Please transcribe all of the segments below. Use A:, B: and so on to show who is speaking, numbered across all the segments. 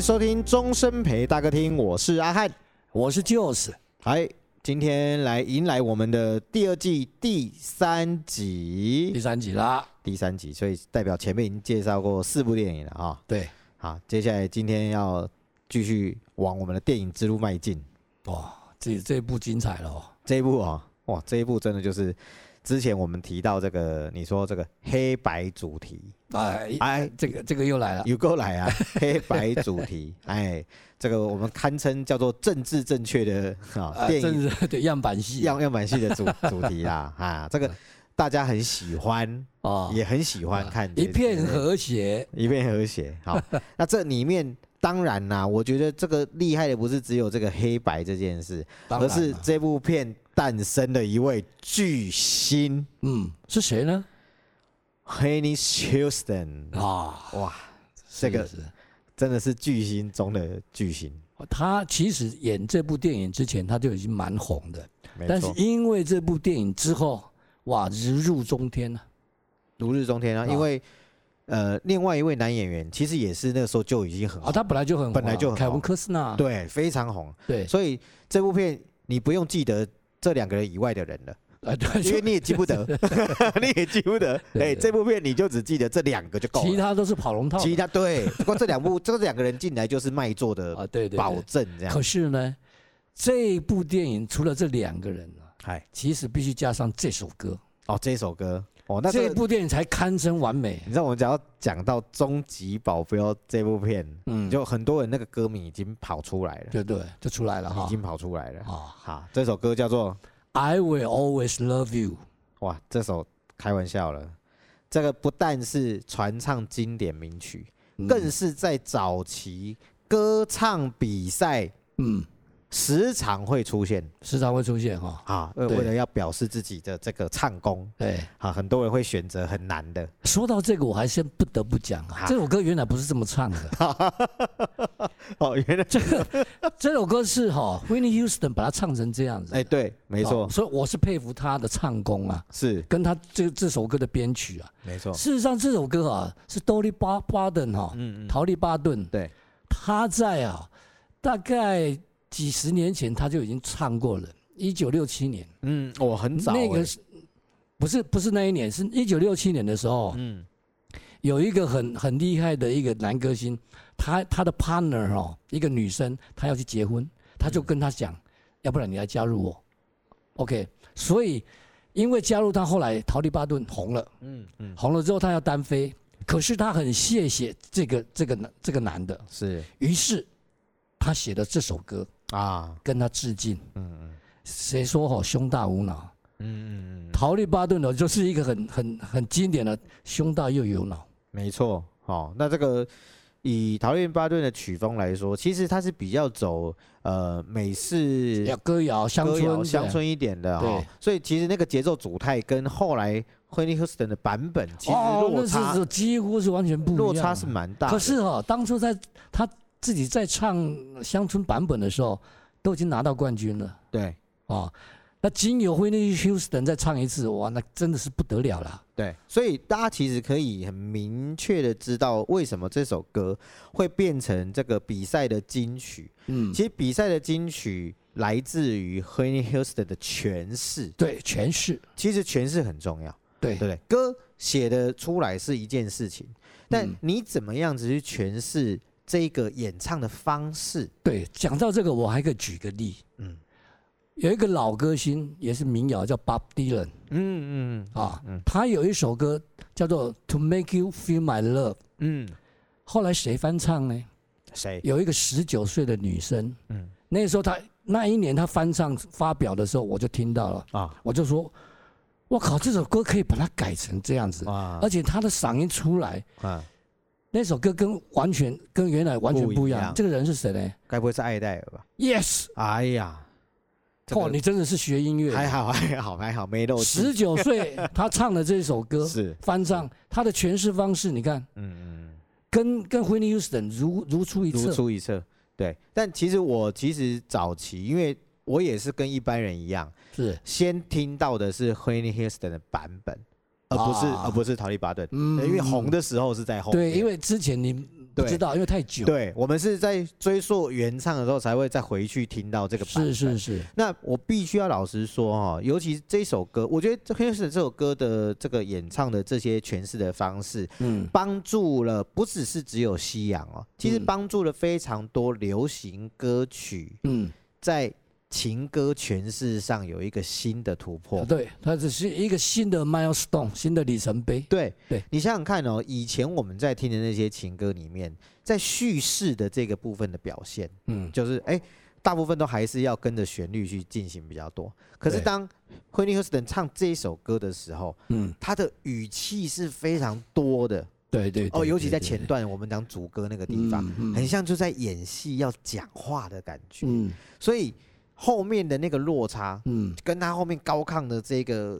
A: 收听终身陪大哥听，我是阿汉。
B: 我是 Jules，
A: 哎，今天来迎来我们的第二季第三
B: 第
A: 集，
B: 三集啦。
A: 第三集，所以代表前面已经介绍过四部电影了啊。
B: 对，
A: 好，接下来今天要继续往我们的电影之路迈进。
B: 哇，这这部精彩了、哦。
A: 这一部啊、哇，这一部真的就是之前我们提到这个，你说这个黑白主题，
B: 哎，
A: 哎，
B: 这个这个又来了。
A: 有够来啊，黑白主题，哎，这个我们堪称叫做政治正确的啊、
B: 啊，
A: 电影
B: 真是 对样板戏啊
A: 样样板戏的主 主题啦，啊，这个大家很喜欢，
B: 啊
A: 也很喜欢看这
B: 一
A: 些
B: 片
A: 对
B: 和谐。
A: 一片和谐。 好，那这里面当然啦，我觉得这个厉害的不是只有这个黑白这件事，
B: 当
A: 而
B: 然
A: 是
B: 了
A: 这部片诞生了一位巨星
B: 嗯，是谁呢？
A: ，Henry Houston。
B: 啊，
A: 哇，这个
B: 是是
A: 真的是巨星中的巨星，
B: 他其实演这部电影之前，他就已经蛮红的，
A: 没
B: 但是
A: 错，
B: 因为这部电影之后，哇，如入中天啊了、
A: 如日中天啊。
B: 啊
A: 因为呃，另外一位男演员其实也是那个时候就已经很
B: 啊！
A: 红，
B: 他本来就很红啊
A: 本来就很
B: 凯文
A: 红
B: 科斯纳，啊
A: 对，非常红。
B: 对，
A: 所以这部片你不用记得这两个人以外的人 了，
B: 啊对，
A: 因为你也记不得， 你也记不得。
B: 对
A: 哎，
B: 对
A: 这部片你就只记得这两个就够
B: 其
A: 了。
B: 他都是跑龙套的
A: 其他对，不过这两部这两个人进来就是卖座 的
B: 啊，对对对
A: 保证，这样
B: 可。是呢，这部电影除了这两个人啊，
A: 嗨，
B: 其实必须加上这首歌，
A: 哦，这首歌哦，那这
B: 这
A: 个
B: 部电影才堪称完美。
A: 你知道我们只要讲到《终极保镖》这部片，
B: 嗯，
A: 就很多人那个歌迷已经跑出来了，
B: 对对，就出来了
A: 已
B: 哈。
A: 经跑出来了。
B: 啊
A: 好，这首歌叫做
B: ，I will always love you。
A: 哇，这首开玩笑了，这个不但是传唱经典名曲，
B: 嗯
A: 更是在早期歌唱比赛
B: 嗯，
A: 时常会出现
B: 时常会出现哈。
A: 啊，为
B: 对
A: 为了要表示自己的这个唱功
B: 对，
A: 啊，很多人会选择很难 的，
B: 哎说到这个，我还先不得不讲啊
A: 好，
B: 这首歌原来不是这么 唱的。
A: 哦，原来
B: 这个这首歌是哈 w h i t n e y Houston 把它唱成这样子。
A: 哎，对，没
B: 哦
A: 错，
B: 所以我是佩服他的唱功啊，
A: 是
B: 跟他这这首歌的编曲啊。
A: 没错，
B: 事实上，这首歌啊是 Dolly Bar- Parton 哈、
A: 嗯嗯，
B: 陶利巴顿，
A: 对，
B: 他在啊大概几十年前他就已经唱过了，一九六七年，
A: 嗯，我很早
B: 那
A: 哎
B: 个是不是不是那一年，是一九六七年的时候，
A: 嗯
B: 有一个很很厉害的一个男歌星，他他的 partner 哦，一个女生，她要去结婚，他就跟他讲，要不然你来加入我，OK，所以因为加入他，后来陶利巴顿红了。
A: 嗯嗯，
B: 红了之后他要单飞，可是他很谢谢这个这个男这个男的，
A: 是
B: 于是他写的这首歌
A: 啊，
B: 跟他致敬。
A: 嗯嗯
B: 谁说哦胸大无脑？
A: 嗯嗯嗯，
B: 陶利巴顿呢，哦就是一个很很很经典的胸大又有脑。
A: 没错，哦，那这个。以陶练巴顿的曲风来说，其实它是比较走呃美式
B: 要歌谣乡
A: 歌
B: 村
A: 谣
B: 的
A: 乡村一点的哈
B: 对，
A: 所以其实那个节奏主态跟后来 Whitney Houston 的版本其实
B: 哦，
A: 落
B: 那
A: 差、
B: 是几乎是完全不一样。
A: 落差是蛮大的。
B: 可是哦，当初在他自己在唱乡村版本的时候，都已经拿到冠军了
A: 对
B: 哦。那经由惠利休斯顿再唱一次，哇，那真的是不得了了。
A: 对，所以大家其实可以很明确的知道为什么这首歌会变成这个比赛的金曲。
B: 嗯，
A: 其实比赛的金曲来自于 Whitney Houston 的诠释，
B: 对，全是
A: 其实诠释很重要。
B: 对
A: 对不对？歌写的出来是一件事情，但
B: 嗯
A: 你怎么样子去诠释这个演唱的方式？
B: 对。讲到这个，我还可以举个例，
A: 嗯
B: 有一个老歌星也是民谣，叫 Bob Dylan
A: 嗯嗯
B: 啊，
A: 嗯
B: 他有一首歌叫做《To Make You Feel My Love》，
A: 嗯，
B: 后来谁翻唱呢？
A: 谁？
B: 有一个十九岁的女生，
A: 嗯
B: 那时候她那一年她翻唱发表的时候，我就听到了，
A: 啊
B: 我就说，我靠，这首歌可以把它改成这样子，
A: 啊
B: 而且她的嗓音出来，
A: 啊！
B: 那首歌跟完全跟原来完全
A: 不一
B: 不一
A: 样
B: 样。这个人是谁呢
A: 该不会是艾戴尔吧？
B: ？Yes，
A: 哎呀，这
B: 哇，
A: 个
B: 你真的是学音乐的，
A: 还好 还好还好没漏
B: 十
A: 字，
B: 九岁他唱的这首 歌
A: 是
B: 翻唱，他的诠释方式，你看
A: 嗯嗯，
B: 跟跟 Whitney Houston 如如出一
A: 如
B: 辙。
A: 出一辙。对，但其实我其实早期，因为我也是跟一般人一样，
B: 是，
A: 先听到的是 Whitney Houston 的版本，而不是
B: 啊
A: 而不是陶丽巴顿，
B: 嗯
A: 因为红的时候是在后面。
B: 对，因为之前你不
A: 对
B: 知道，因为太久。
A: 对，我们是在追溯原唱的时候才会再回去听到这个版本。
B: 是是是，
A: 那我必须要老实说哈、哦，尤其这首歌，我觉得 Houston 这首歌的这个演唱的这些诠释的方式，
B: 嗯，
A: 帮助了不只是只有西洋哦，其实
B: 嗯
A: 帮助了非常多流行歌曲
B: 嗯，
A: 在情歌诠释上有一个新的突破。
B: 对，它只是一个新的 milestone，新的里程碑。
A: 对，
B: 对
A: 你想想看哦，以前我们在听的那些情歌里面，在叙事的这个部分的表现，
B: 嗯，
A: 就是哎、大部分都还是要跟着旋律去进行比较多。可是
B: 对
A: 当 Whitney Houston 唱这一首歌的时候，
B: 嗯，
A: 他的语气是非常多的
B: 对对。
A: 哦，
B: 对
A: 尤其
B: 对
A: 在
B: 对
A: 前
B: 对
A: 段我们讲主歌那个地方，
B: 嗯嗯
A: 很像就在演戏要讲话的感觉，
B: 嗯
A: 所以后面的那个落差，
B: 嗯，
A: 跟他后面高亢的这个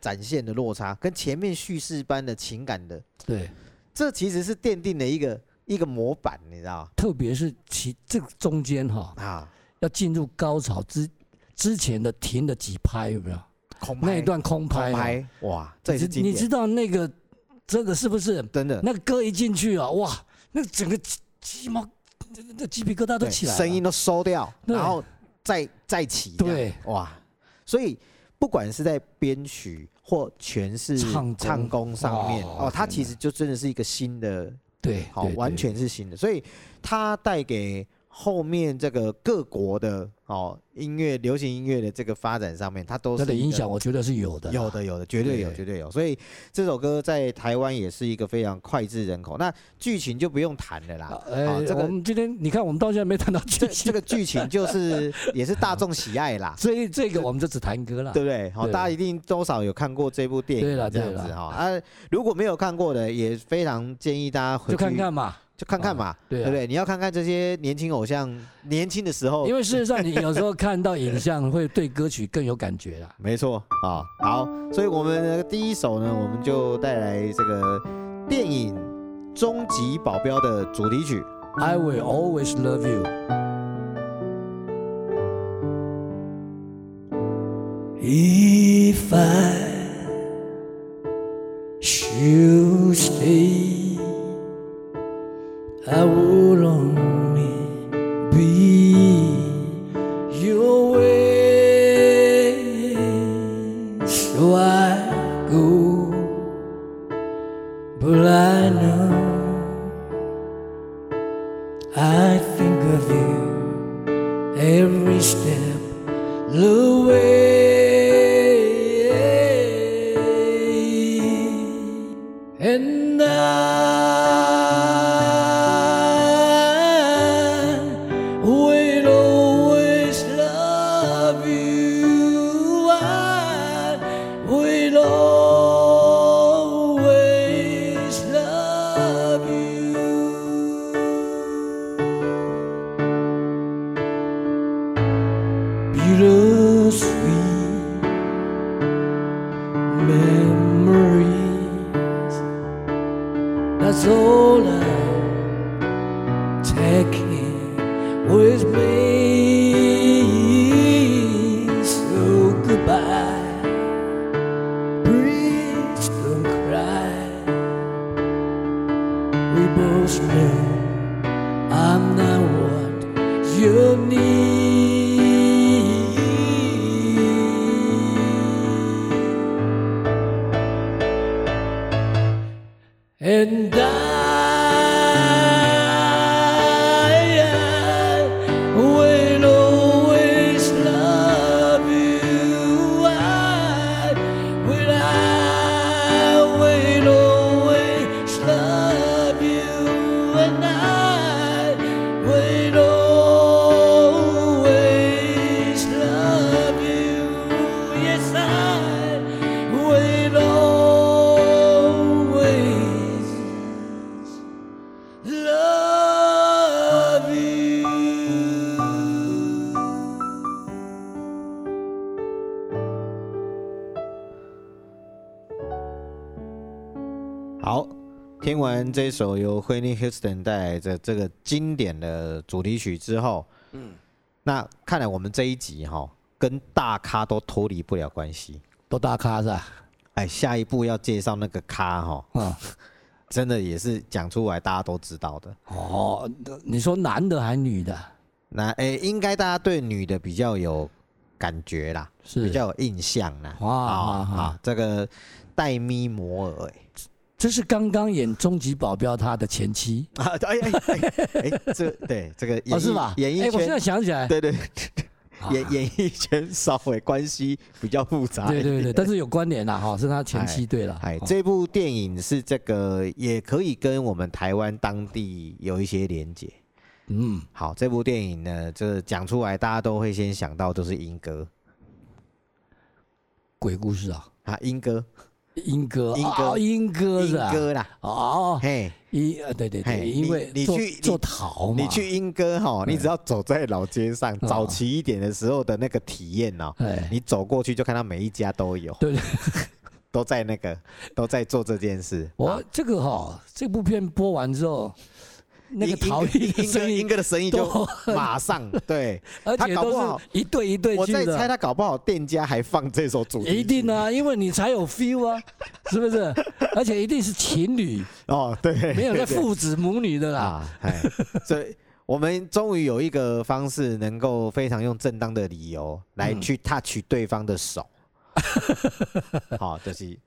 A: 展现的落差，跟前面叙事般的情感的，
B: 对，
A: 这其实是奠定了一个一个模板，你知道
B: 特别是其这个中间哈，
A: 啊？
B: 要进入高潮之之前的停的几拍有没有？
A: 空拍
B: 那一段空
A: 空
B: 拍啊，
A: 拍，哇，这也是
B: 你知
A: 经
B: 你知
A: 典，
B: 道那个真的是不是？
A: 真的，
B: 那个歌一进去啊，哇，那整个鸡鸡毛，这这鸡皮疙瘩都
A: 对
B: 起来了。
A: 声音都收掉，
B: 对
A: 然后再再起，这样，哇，所以。不管是在编曲或诠释
B: 唱功
A: 唱功上面，
B: 哦
A: 哦，它
B: 天
A: 其实就真的是一个新的
B: 对，
A: 好，
B: 对
A: 完。全是新的，所以它带给后面这个各国的哦音乐、流行音乐的这个发展上面，它都是
B: 对它的
A: 一个
B: 影响，我觉得是有的啦。
A: 有的有的，绝对有，
B: 对
A: 绝对有。所以这首歌在台湾也是一个非常脍炙人口。那剧情就不用谈了啦，好
B: 呃，
A: 啊这个
B: 我们今天你看，我们到现在没谈到
A: 这
B: 这
A: 这
B: 些，
A: 个剧情就是 也是大众喜爱 啦。
B: 所以这个我们就只谈歌了
A: 对。不对？好，
B: 啊对
A: 大家一定多少有看过这部电
B: 对
A: 影
B: 啦
A: 这样
B: 对啦
A: 子哈。啊，如果没有看过的，也非常建议大家回
B: 就
A: 去
B: 看看嘛，
A: 就看看嘛，
B: 对
A: 对不
B: 啊。
A: 对？你要看看这些年轻偶像年轻的时候
B: 因，为事实上，你有时候看到影像，会对歌曲更有感觉啦。
A: 没错啊。好，所以我们的第一首呢，我们就带来这个电影《终极保镖》的主题曲。
B: I will always love you. If I should stay, I would only be your way. So I go, but I know. I think of you every step the way, and I will always love you. I will always love you. bittersweet memories. That's all I'm taking with me. So goodbye. Please don't cry. We both know. I'm not what you need. And I, I will always love you. I will, I will always love you. And I will always love you. Yes, I will always love you.
A: 好，听完这首由 Whitney Houston 带来的这个经典的主题曲之后，
B: 嗯，
A: 那看来我们这一集哈、跟大咖都脱离不了关系。
B: 都大咖是吧？
A: 哎，下一步要介绍那个咖哈、
B: 啊、
A: 真的也是讲出来大家都知道的。
B: 哦，你说男的还女的？
A: 那诶、应该大家对女的比较有感觉啦，
B: 是
A: 比较有印象啦。
B: 哇
A: 啊
B: 哇
A: 啊，这个黛咪摩尔、欸，
B: 这是刚刚演《终极保镖》他的前妻，
A: 啊，哎哎哎哎，这对这个演艺、
B: 哦，是吧？
A: 演
B: 哎
A: 艺
B: 我现
A: 圈，
B: 在想起来，
A: 对对，
B: 啊
A: 演演艺圈稍微关系比较复杂
B: 对
A: 一点。
B: 对对，但是有关联啦，哈，是他前妻，对了，
A: 哎，
B: 哦
A: 这部电影是这个，也可以跟我们台湾当地有一些连结。
B: 嗯，
A: 好，这部电影呢，这讲出来，大家都会先想到就是英哥
B: 鬼故事啊，
A: 啊，英哥，
B: 英哥，
A: 英哥
B: 哦英哥
A: 英
B: 是吧？
A: 哥啦，
B: 哦，
A: 嘿，
B: 英呃，对对
A: 嘿
B: 对，
A: 你
B: 因为
A: 你
B: 做
A: 去
B: 做逃嘛，
A: 你去英哥哈，你只要走在老街上，
B: 嗯
A: 早期一点的时候的那个体验哦，
B: 哎，
A: 你走过去就看到每一家都有，
B: 对，
A: 都在那个都在做这件事。啊
B: 我这个哈、这部片播完之后，那个
A: 英
B: 逃
A: 英
B: 逸
A: 哥
B: 的
A: 英哥
B: 声
A: 英
B: 音，
A: 哥的生意就
B: 多
A: 马上对，
B: 而
A: 他
B: 且
A: 搞不好
B: 都是一对一对
A: 我
B: 去
A: 在猜
B: 的，
A: 他搞不好店家还放这首主题曲
B: 一定啊，因为你才有 feel 啊，是不是？而且一定是情侣，
A: 哦，对，
B: 没有
A: 对
B: 在
A: 对
B: 父子母女的啦。
A: 啊，哎，所以我们终于有一个方式能够非常用正当的理由来去 touch 对方的手，好，就是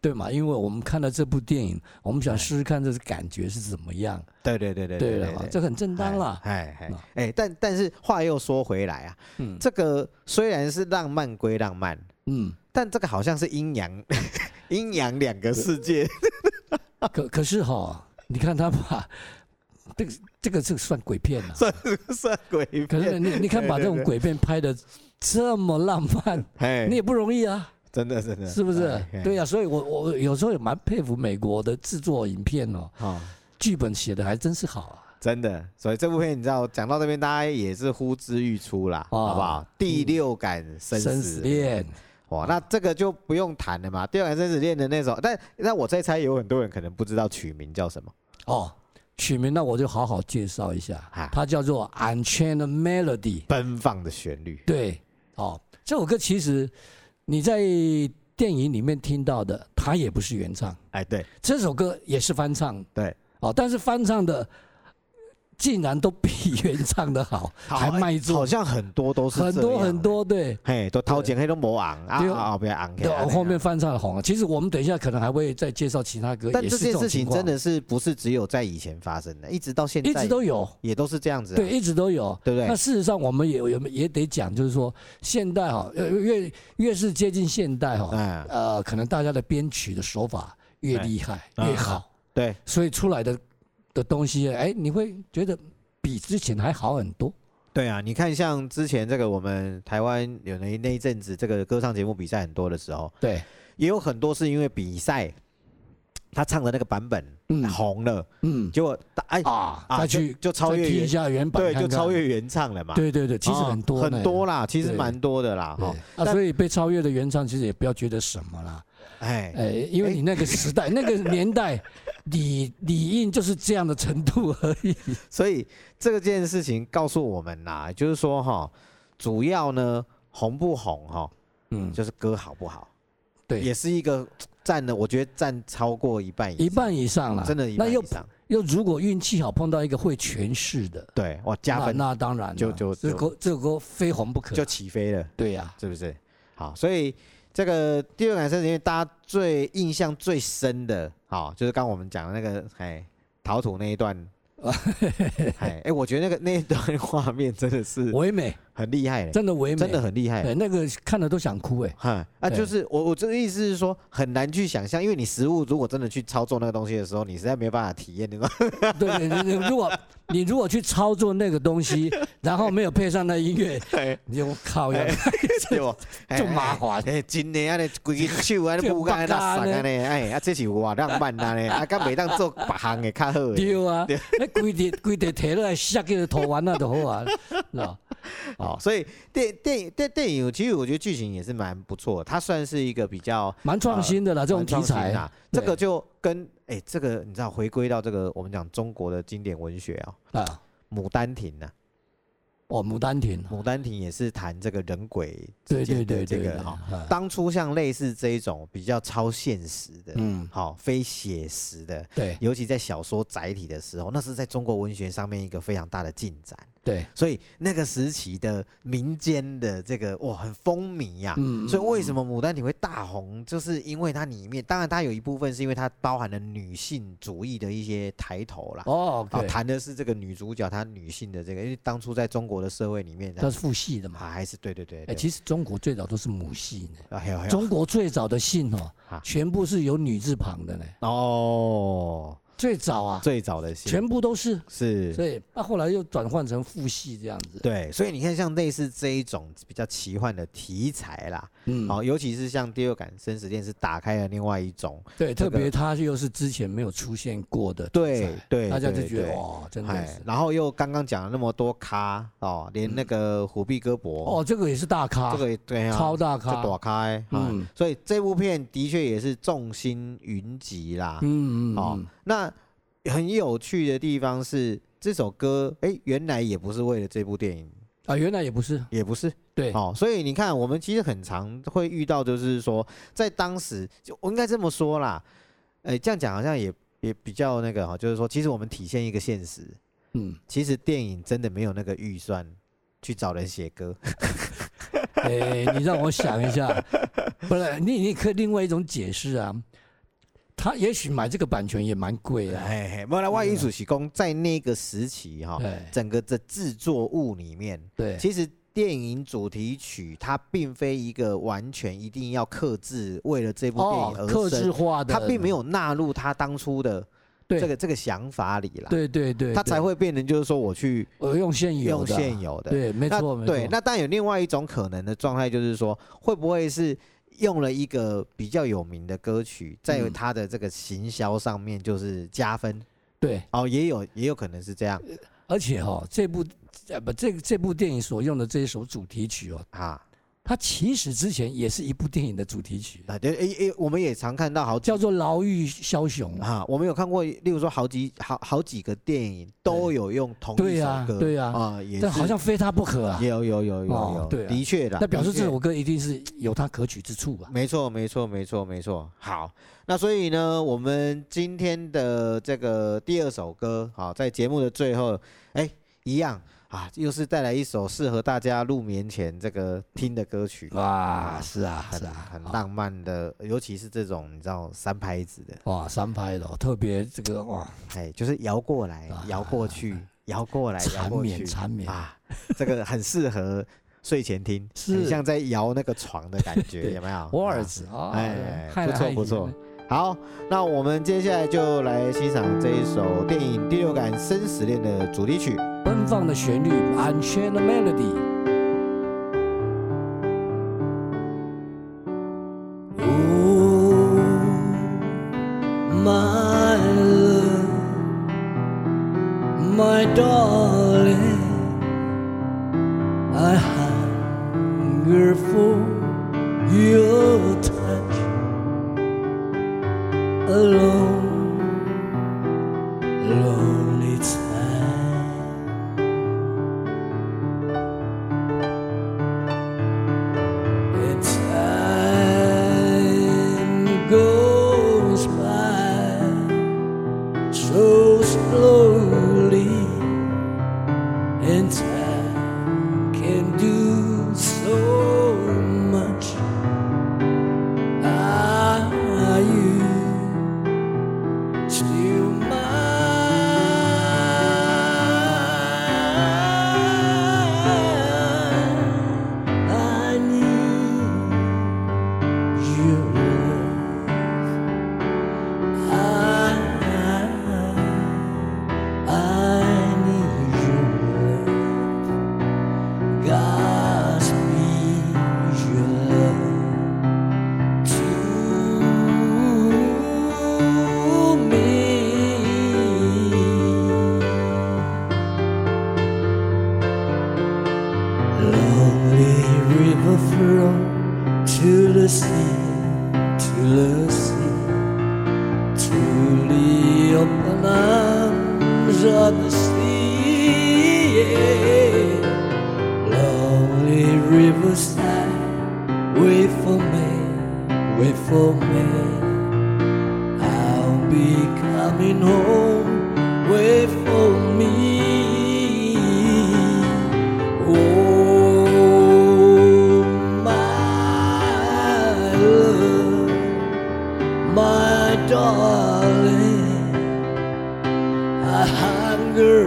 B: 对嘛？因为我们看了这部电影，
A: 哎
B: 我们想试试看这是感觉是怎么样。
A: 对对对对
B: 对
A: 哎对
B: 了，这很正当啦。
A: 哎哎
B: 啊
A: 哎，但但是话又说回来啊，
B: 嗯
A: 这个虽然是浪漫归浪漫，
B: 嗯，
A: 但这个好像是阴阳 阴阳两个世界，
B: 可可是哈、你看他把 这个这个这个算鬼片了、啊
A: 算算 鬼
B: 可是
A: 片，
B: 你你看把这种
A: 对对对
B: 鬼片拍的这么浪漫，
A: 哎
B: 你，也不容易啊，
A: 真的真的
B: 是不是
A: 哎哎？
B: 对呀、所以我我有时候也蛮佩服美国的制作影片哦，
A: 好。
B: 剧本写的还真是好啊。
A: 真的，所以这部片你知道，讲到这边大家也是呼之欲出啦，
B: 哦
A: 好不好？第六感生
B: 生
A: 死
B: 死恋，
A: 哇，那这个就不用谈了嘛。第六感生死恋的那首，但那我在猜，有很多人可能不知道取名叫什么。
B: 哦，曲名那我就好好介绍一下
A: 啊，
B: 它叫做《Unchained Melody》。
A: 奔放的旋律，
B: 对，哦，这首歌其实你在电影里面听到的，它也不是原唱，
A: 哎，对
B: 这首歌也是翻唱，
A: 对，
B: 哦，但是翻唱的竟然都比原唱的好，
A: 好
B: 还卖座
A: 好，像很多都是
B: 很
A: 这
B: 多
A: 样
B: 很，多对。
A: 嘿，都掏钱黑都没昂啊
B: 对
A: 啊，啊不要昂。
B: 对，
A: 嘿
B: 后面。翻唱的红了。其实我们等一下可能还会再介绍其他歌，
A: 但
B: 也
A: 这
B: 是
A: 件
B: 种
A: 事
B: 情
A: 情
B: 况啊
A: 真的是不是只有在以前发生的，一直到现在
B: 一直都有，
A: 也都是这样子啊，
B: 对，一直都有。
A: 对不
B: 那
A: 对？
B: 事实上，我们也有也得讲，就是说现代哈，呃越越是接近现代哈，
A: 嗯，
B: 呃，可能大家的编曲的手法越厉害
A: 哎
B: 越好，
A: 对，
B: 所以出来的的东西，哎，你会觉得比之前还好很多。
A: 对啊，你看像之前这个我们台湾有那那一阵子这个歌唱节目比赛很多的时候，
B: 对，
A: 也有很多是因为比赛他唱的那个版本、
B: 嗯
A: 红了，
B: 嗯
A: 结果大哎
B: 啊，
A: 啊
B: 再
A: 就
B: 去
A: 就超越
B: 再听一
A: 原
B: 下原版
A: 对
B: 看
A: 就
B: 看，
A: 超越原唱了嘛。
B: 对对对，其实
A: 啊
B: 很多呢
A: 很多啦，其实
B: 对
A: 蛮多的啦哈
B: 对。啊，
A: 但
B: 所以被超越的原唱其实也不要觉得什么啦，
A: 哎，
B: 哎，因为你那个时代、那个年代，理理应就是这样的程度而已。
A: 所以这件事情告诉我们啦，就是说哈，主要呢红不红哈，
B: 嗯，
A: 就是歌好不好，
B: 对
A: 也是一个占了，我觉得占超过一半以
B: 一
A: 上，
B: 半以上了，
A: 真的，一
B: 那
A: 半以
B: 又
A: 上。
B: 又如果运气好碰到一个会诠释的，
A: 对，哇，加
B: 那
A: 分
B: 那当然了
A: 就就
B: 这
A: 就
B: 个这个非红不可，
A: 就起飞了，
B: 对呀，
A: 是不是？好，所以这个第六感生死恋，大家最印象最深的，好，就是刚我们讲的那个，哎，陶土那一段，哎，哎，我觉得那个那一段画面真的是
B: 嗯唯美，
A: 很厉害嘞，
B: 真的唯美，
A: 真的很哎厉害。
B: 对，那个看了都想哭哎，
A: 哈啊，
B: 对
A: 就是我我这个意思是说，很难去想象，因为你实物如果真的去操作那个东西的时候，你实在没办法体验那种。
B: 对对对，你如果你如果去操作那个 东西，然后没有配上那音乐，你就靠呀，
A: 对不？哎
B: 就麻烦
A: 哎，哎真的啊，尼规个手啊，尼不干那啥啊尼，哎，啊，这是偌浪漫啊尼，啊，敢袂当做别项的较好的。
B: 丢啊，那规地规地提落来，下给头完了 就好啊，是吧？
A: 好，哦所以电电影电电影，其实我觉得剧情也是蛮不错的，它算是一个比较
B: 蛮创新的啦，啊这种
A: 蛮
B: 题
A: 创新
B: 材
A: 啊，这
B: 对
A: 个就跟哎，这个你知道，回归到这个我们讲中国的经典文学啊，
B: 啊，
A: 《牡丹亭》呐，
B: 哦，牡丹亭，
A: 牡丹亭也是谈这个人鬼之
B: 对
A: 间
B: 对
A: 的
B: 对
A: 这
B: 对
A: 个
B: 的
A: 哈。
B: 嗯
A: 当初像类似这一种比较超现实的，
B: 嗯，
A: 好非写实的，
B: 对
A: 尤其在小说载体的时候，那是在中国文学上面一个非常大的进展。
B: 对，
A: 所以那个时期的民间的这个哇很风靡啊呀、
B: 嗯，
A: 所以为什
B: 么？
A: 么牡丹亭会大红，就是因为它里面，当然它有一部分是因为它包含了女性主义的一些抬头啦。
B: 哦，
A: 啊，
B: 对，
A: 谈的是这个女主角她女性的这个，因为当初在中国的社会里面，
B: 它是父系的嘛。
A: 啊还是对对对，
B: 哎，
A: 对
B: 其实中国最早都是母系呢。
A: 啊还有还有
B: 中国最早的姓哦
A: 啊，
B: 全部是有女字旁的呢。
A: 哦，
B: 最早啊，
A: 最早的戏
B: 全部都是，
A: 是，
B: 所以那后来又转换成父系这样子。，
A: 对，所以你看像类似这一种比较奇幻的题材啦，
B: 嗯，
A: 好，尤其是像第二感生死恋是打开了另外一种
B: 对，
A: 这
B: 特
A: 个
B: 别它又是之前没有出现过的题材，
A: 对对，
B: 大家就
A: 对
B: 觉
A: 对
B: 得哇，真的
A: 哎
B: 是，，嗯
A: 然后又刚刚讲了那么多咖哦，连那个虎臂哥伯
B: 哦，这个也是大咖，
A: 这个也对啊，
B: 超大
A: 就
B: 咖，
A: 躲开，嗯
B: 嗯，
A: 所以这部片的确也是众星云集啦。
B: 嗯嗯，
A: 哦
B: 嗯，
A: 那很有趣的地方是，这首歌哎，原来也不是为了这部电影，
B: 啊，原来也不是，
A: 也不是
B: 对，
A: 哦，所以你看，我们其实很常会遇到，就是说，在当时，就我应该这么说啦，哎，这样讲好像也也比较那个哈，哦就是说，其实我们体现一个现实，
B: 嗯，
A: 其实电影真的没有那个预算去找人写 歌。
B: 哎，你让我想一下，不是，你你可以另外一种解释啊，他也许买这个版权也蛮贵啊的，
A: 嘿嘿，不然外艺术是工在那个时期哈，
B: 对
A: 整个的制作物里面，
B: 哎对，
A: 其实电影主题曲它并非一个完全一定要克制，为了这部电影
B: 克
A: 而
B: 哦制
A: 生，
B: 化的，
A: 它并没有纳入他当初的
B: 对
A: 这个这个想法里啦，
B: 对对对，
A: 它才
B: 对
A: 会变成就是说我去
B: 我用现有
A: 用
B: 的，
A: 现有的，
B: 对，没
A: 那
B: 错没错，
A: 对，那但有另外一种可能的状态，就是说，会不会是用了一个比较有名的歌曲，在
B: 嗯
A: 它的这个行销上面就是加分？
B: 对，
A: 哦，也有也有可能是这样
B: 而且哈、哦，这部呃不这这部电影所用的这一首主题曲哦，
A: 啊。
B: 它其实之前也是一部电影的主题曲，
A: 那就诶诶，我们也常看到好几
B: 叫做《牢狱枭雄》啊。
A: 啊，我们有看过，例如说好几好好几个电影都有用同一
B: 对
A: 首
B: 啊
A: 歌，
B: 对啊
A: 啊，也是
B: 但好像非它不可啊，
A: 有有有有
B: 哦
A: 有，
B: 对啊
A: 的确啦，
B: 那表示
A: 的
B: 这
A: 确
B: 首歌一定是有它可取之处吧？
A: 没错，没错，没错，没错。好，那所以呢，我们今天的这个第二首歌，好，在节目的最后，哎，一样啊，又是带来一首适合大家入眠前这个听的歌曲，
B: 哇，是啊，
A: 很
B: 是啊，
A: 很
B: 好
A: 浪漫的，尤其是这种你知道三拍子的，
B: 哇，三拍的、哦，特别这个哇，
A: 哎，就是摇过来，摇过 去，摇过来，摇
B: 啊缠
A: 过
B: 绵
A: 去
B: 缠绵，
A: 啊，这个很适合睡前听，很
B: 是
A: 像在摇那个床的感觉，
B: 对
A: 有没有？
B: 我
A: 啊
B: 儿子啊，
A: 哎
B: 害
A: 不
B: 来
A: 错
B: 害
A: 不
B: 去
A: 错好，那我们接下来就来欣赏这一首电影《第六感生死恋》的主题曲。
B: 奔放的旋律，Unchained Melody。Oh, my love, my darling, I hunger for your touch alone lonely time. And time goes by so slowly, and time can do so much. Are you? still mine. I need your love. I, I need your love. God's be your love to me. Lonely river flow to the sea, to the sea, to the open arms of the sea. yeah. riverside. Wait for me, wait for me. I'll be coming home. Wait for me. Oh, my love, my darling. I hunger,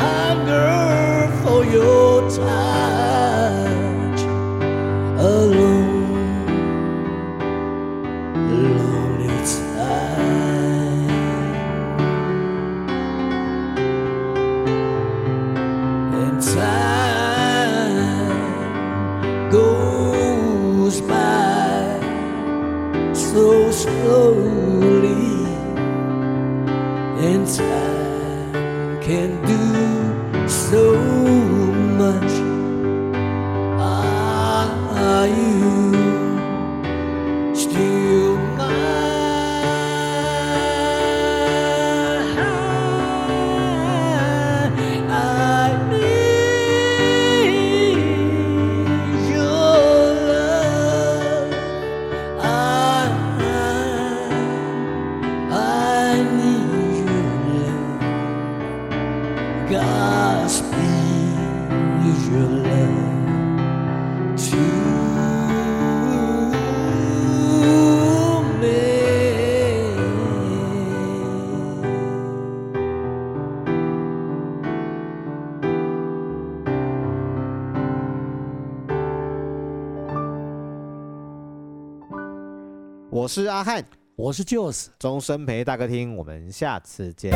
B: hunger for your touch alone, lonely time. And time goes by so slowly and time can do so much. Are you still mine? I need your love. I I need your love. Godspeed is your love to me.
A: 我是阿汉，
B: 我是 Jules。
A: 终身陪大哥听，我们下次见。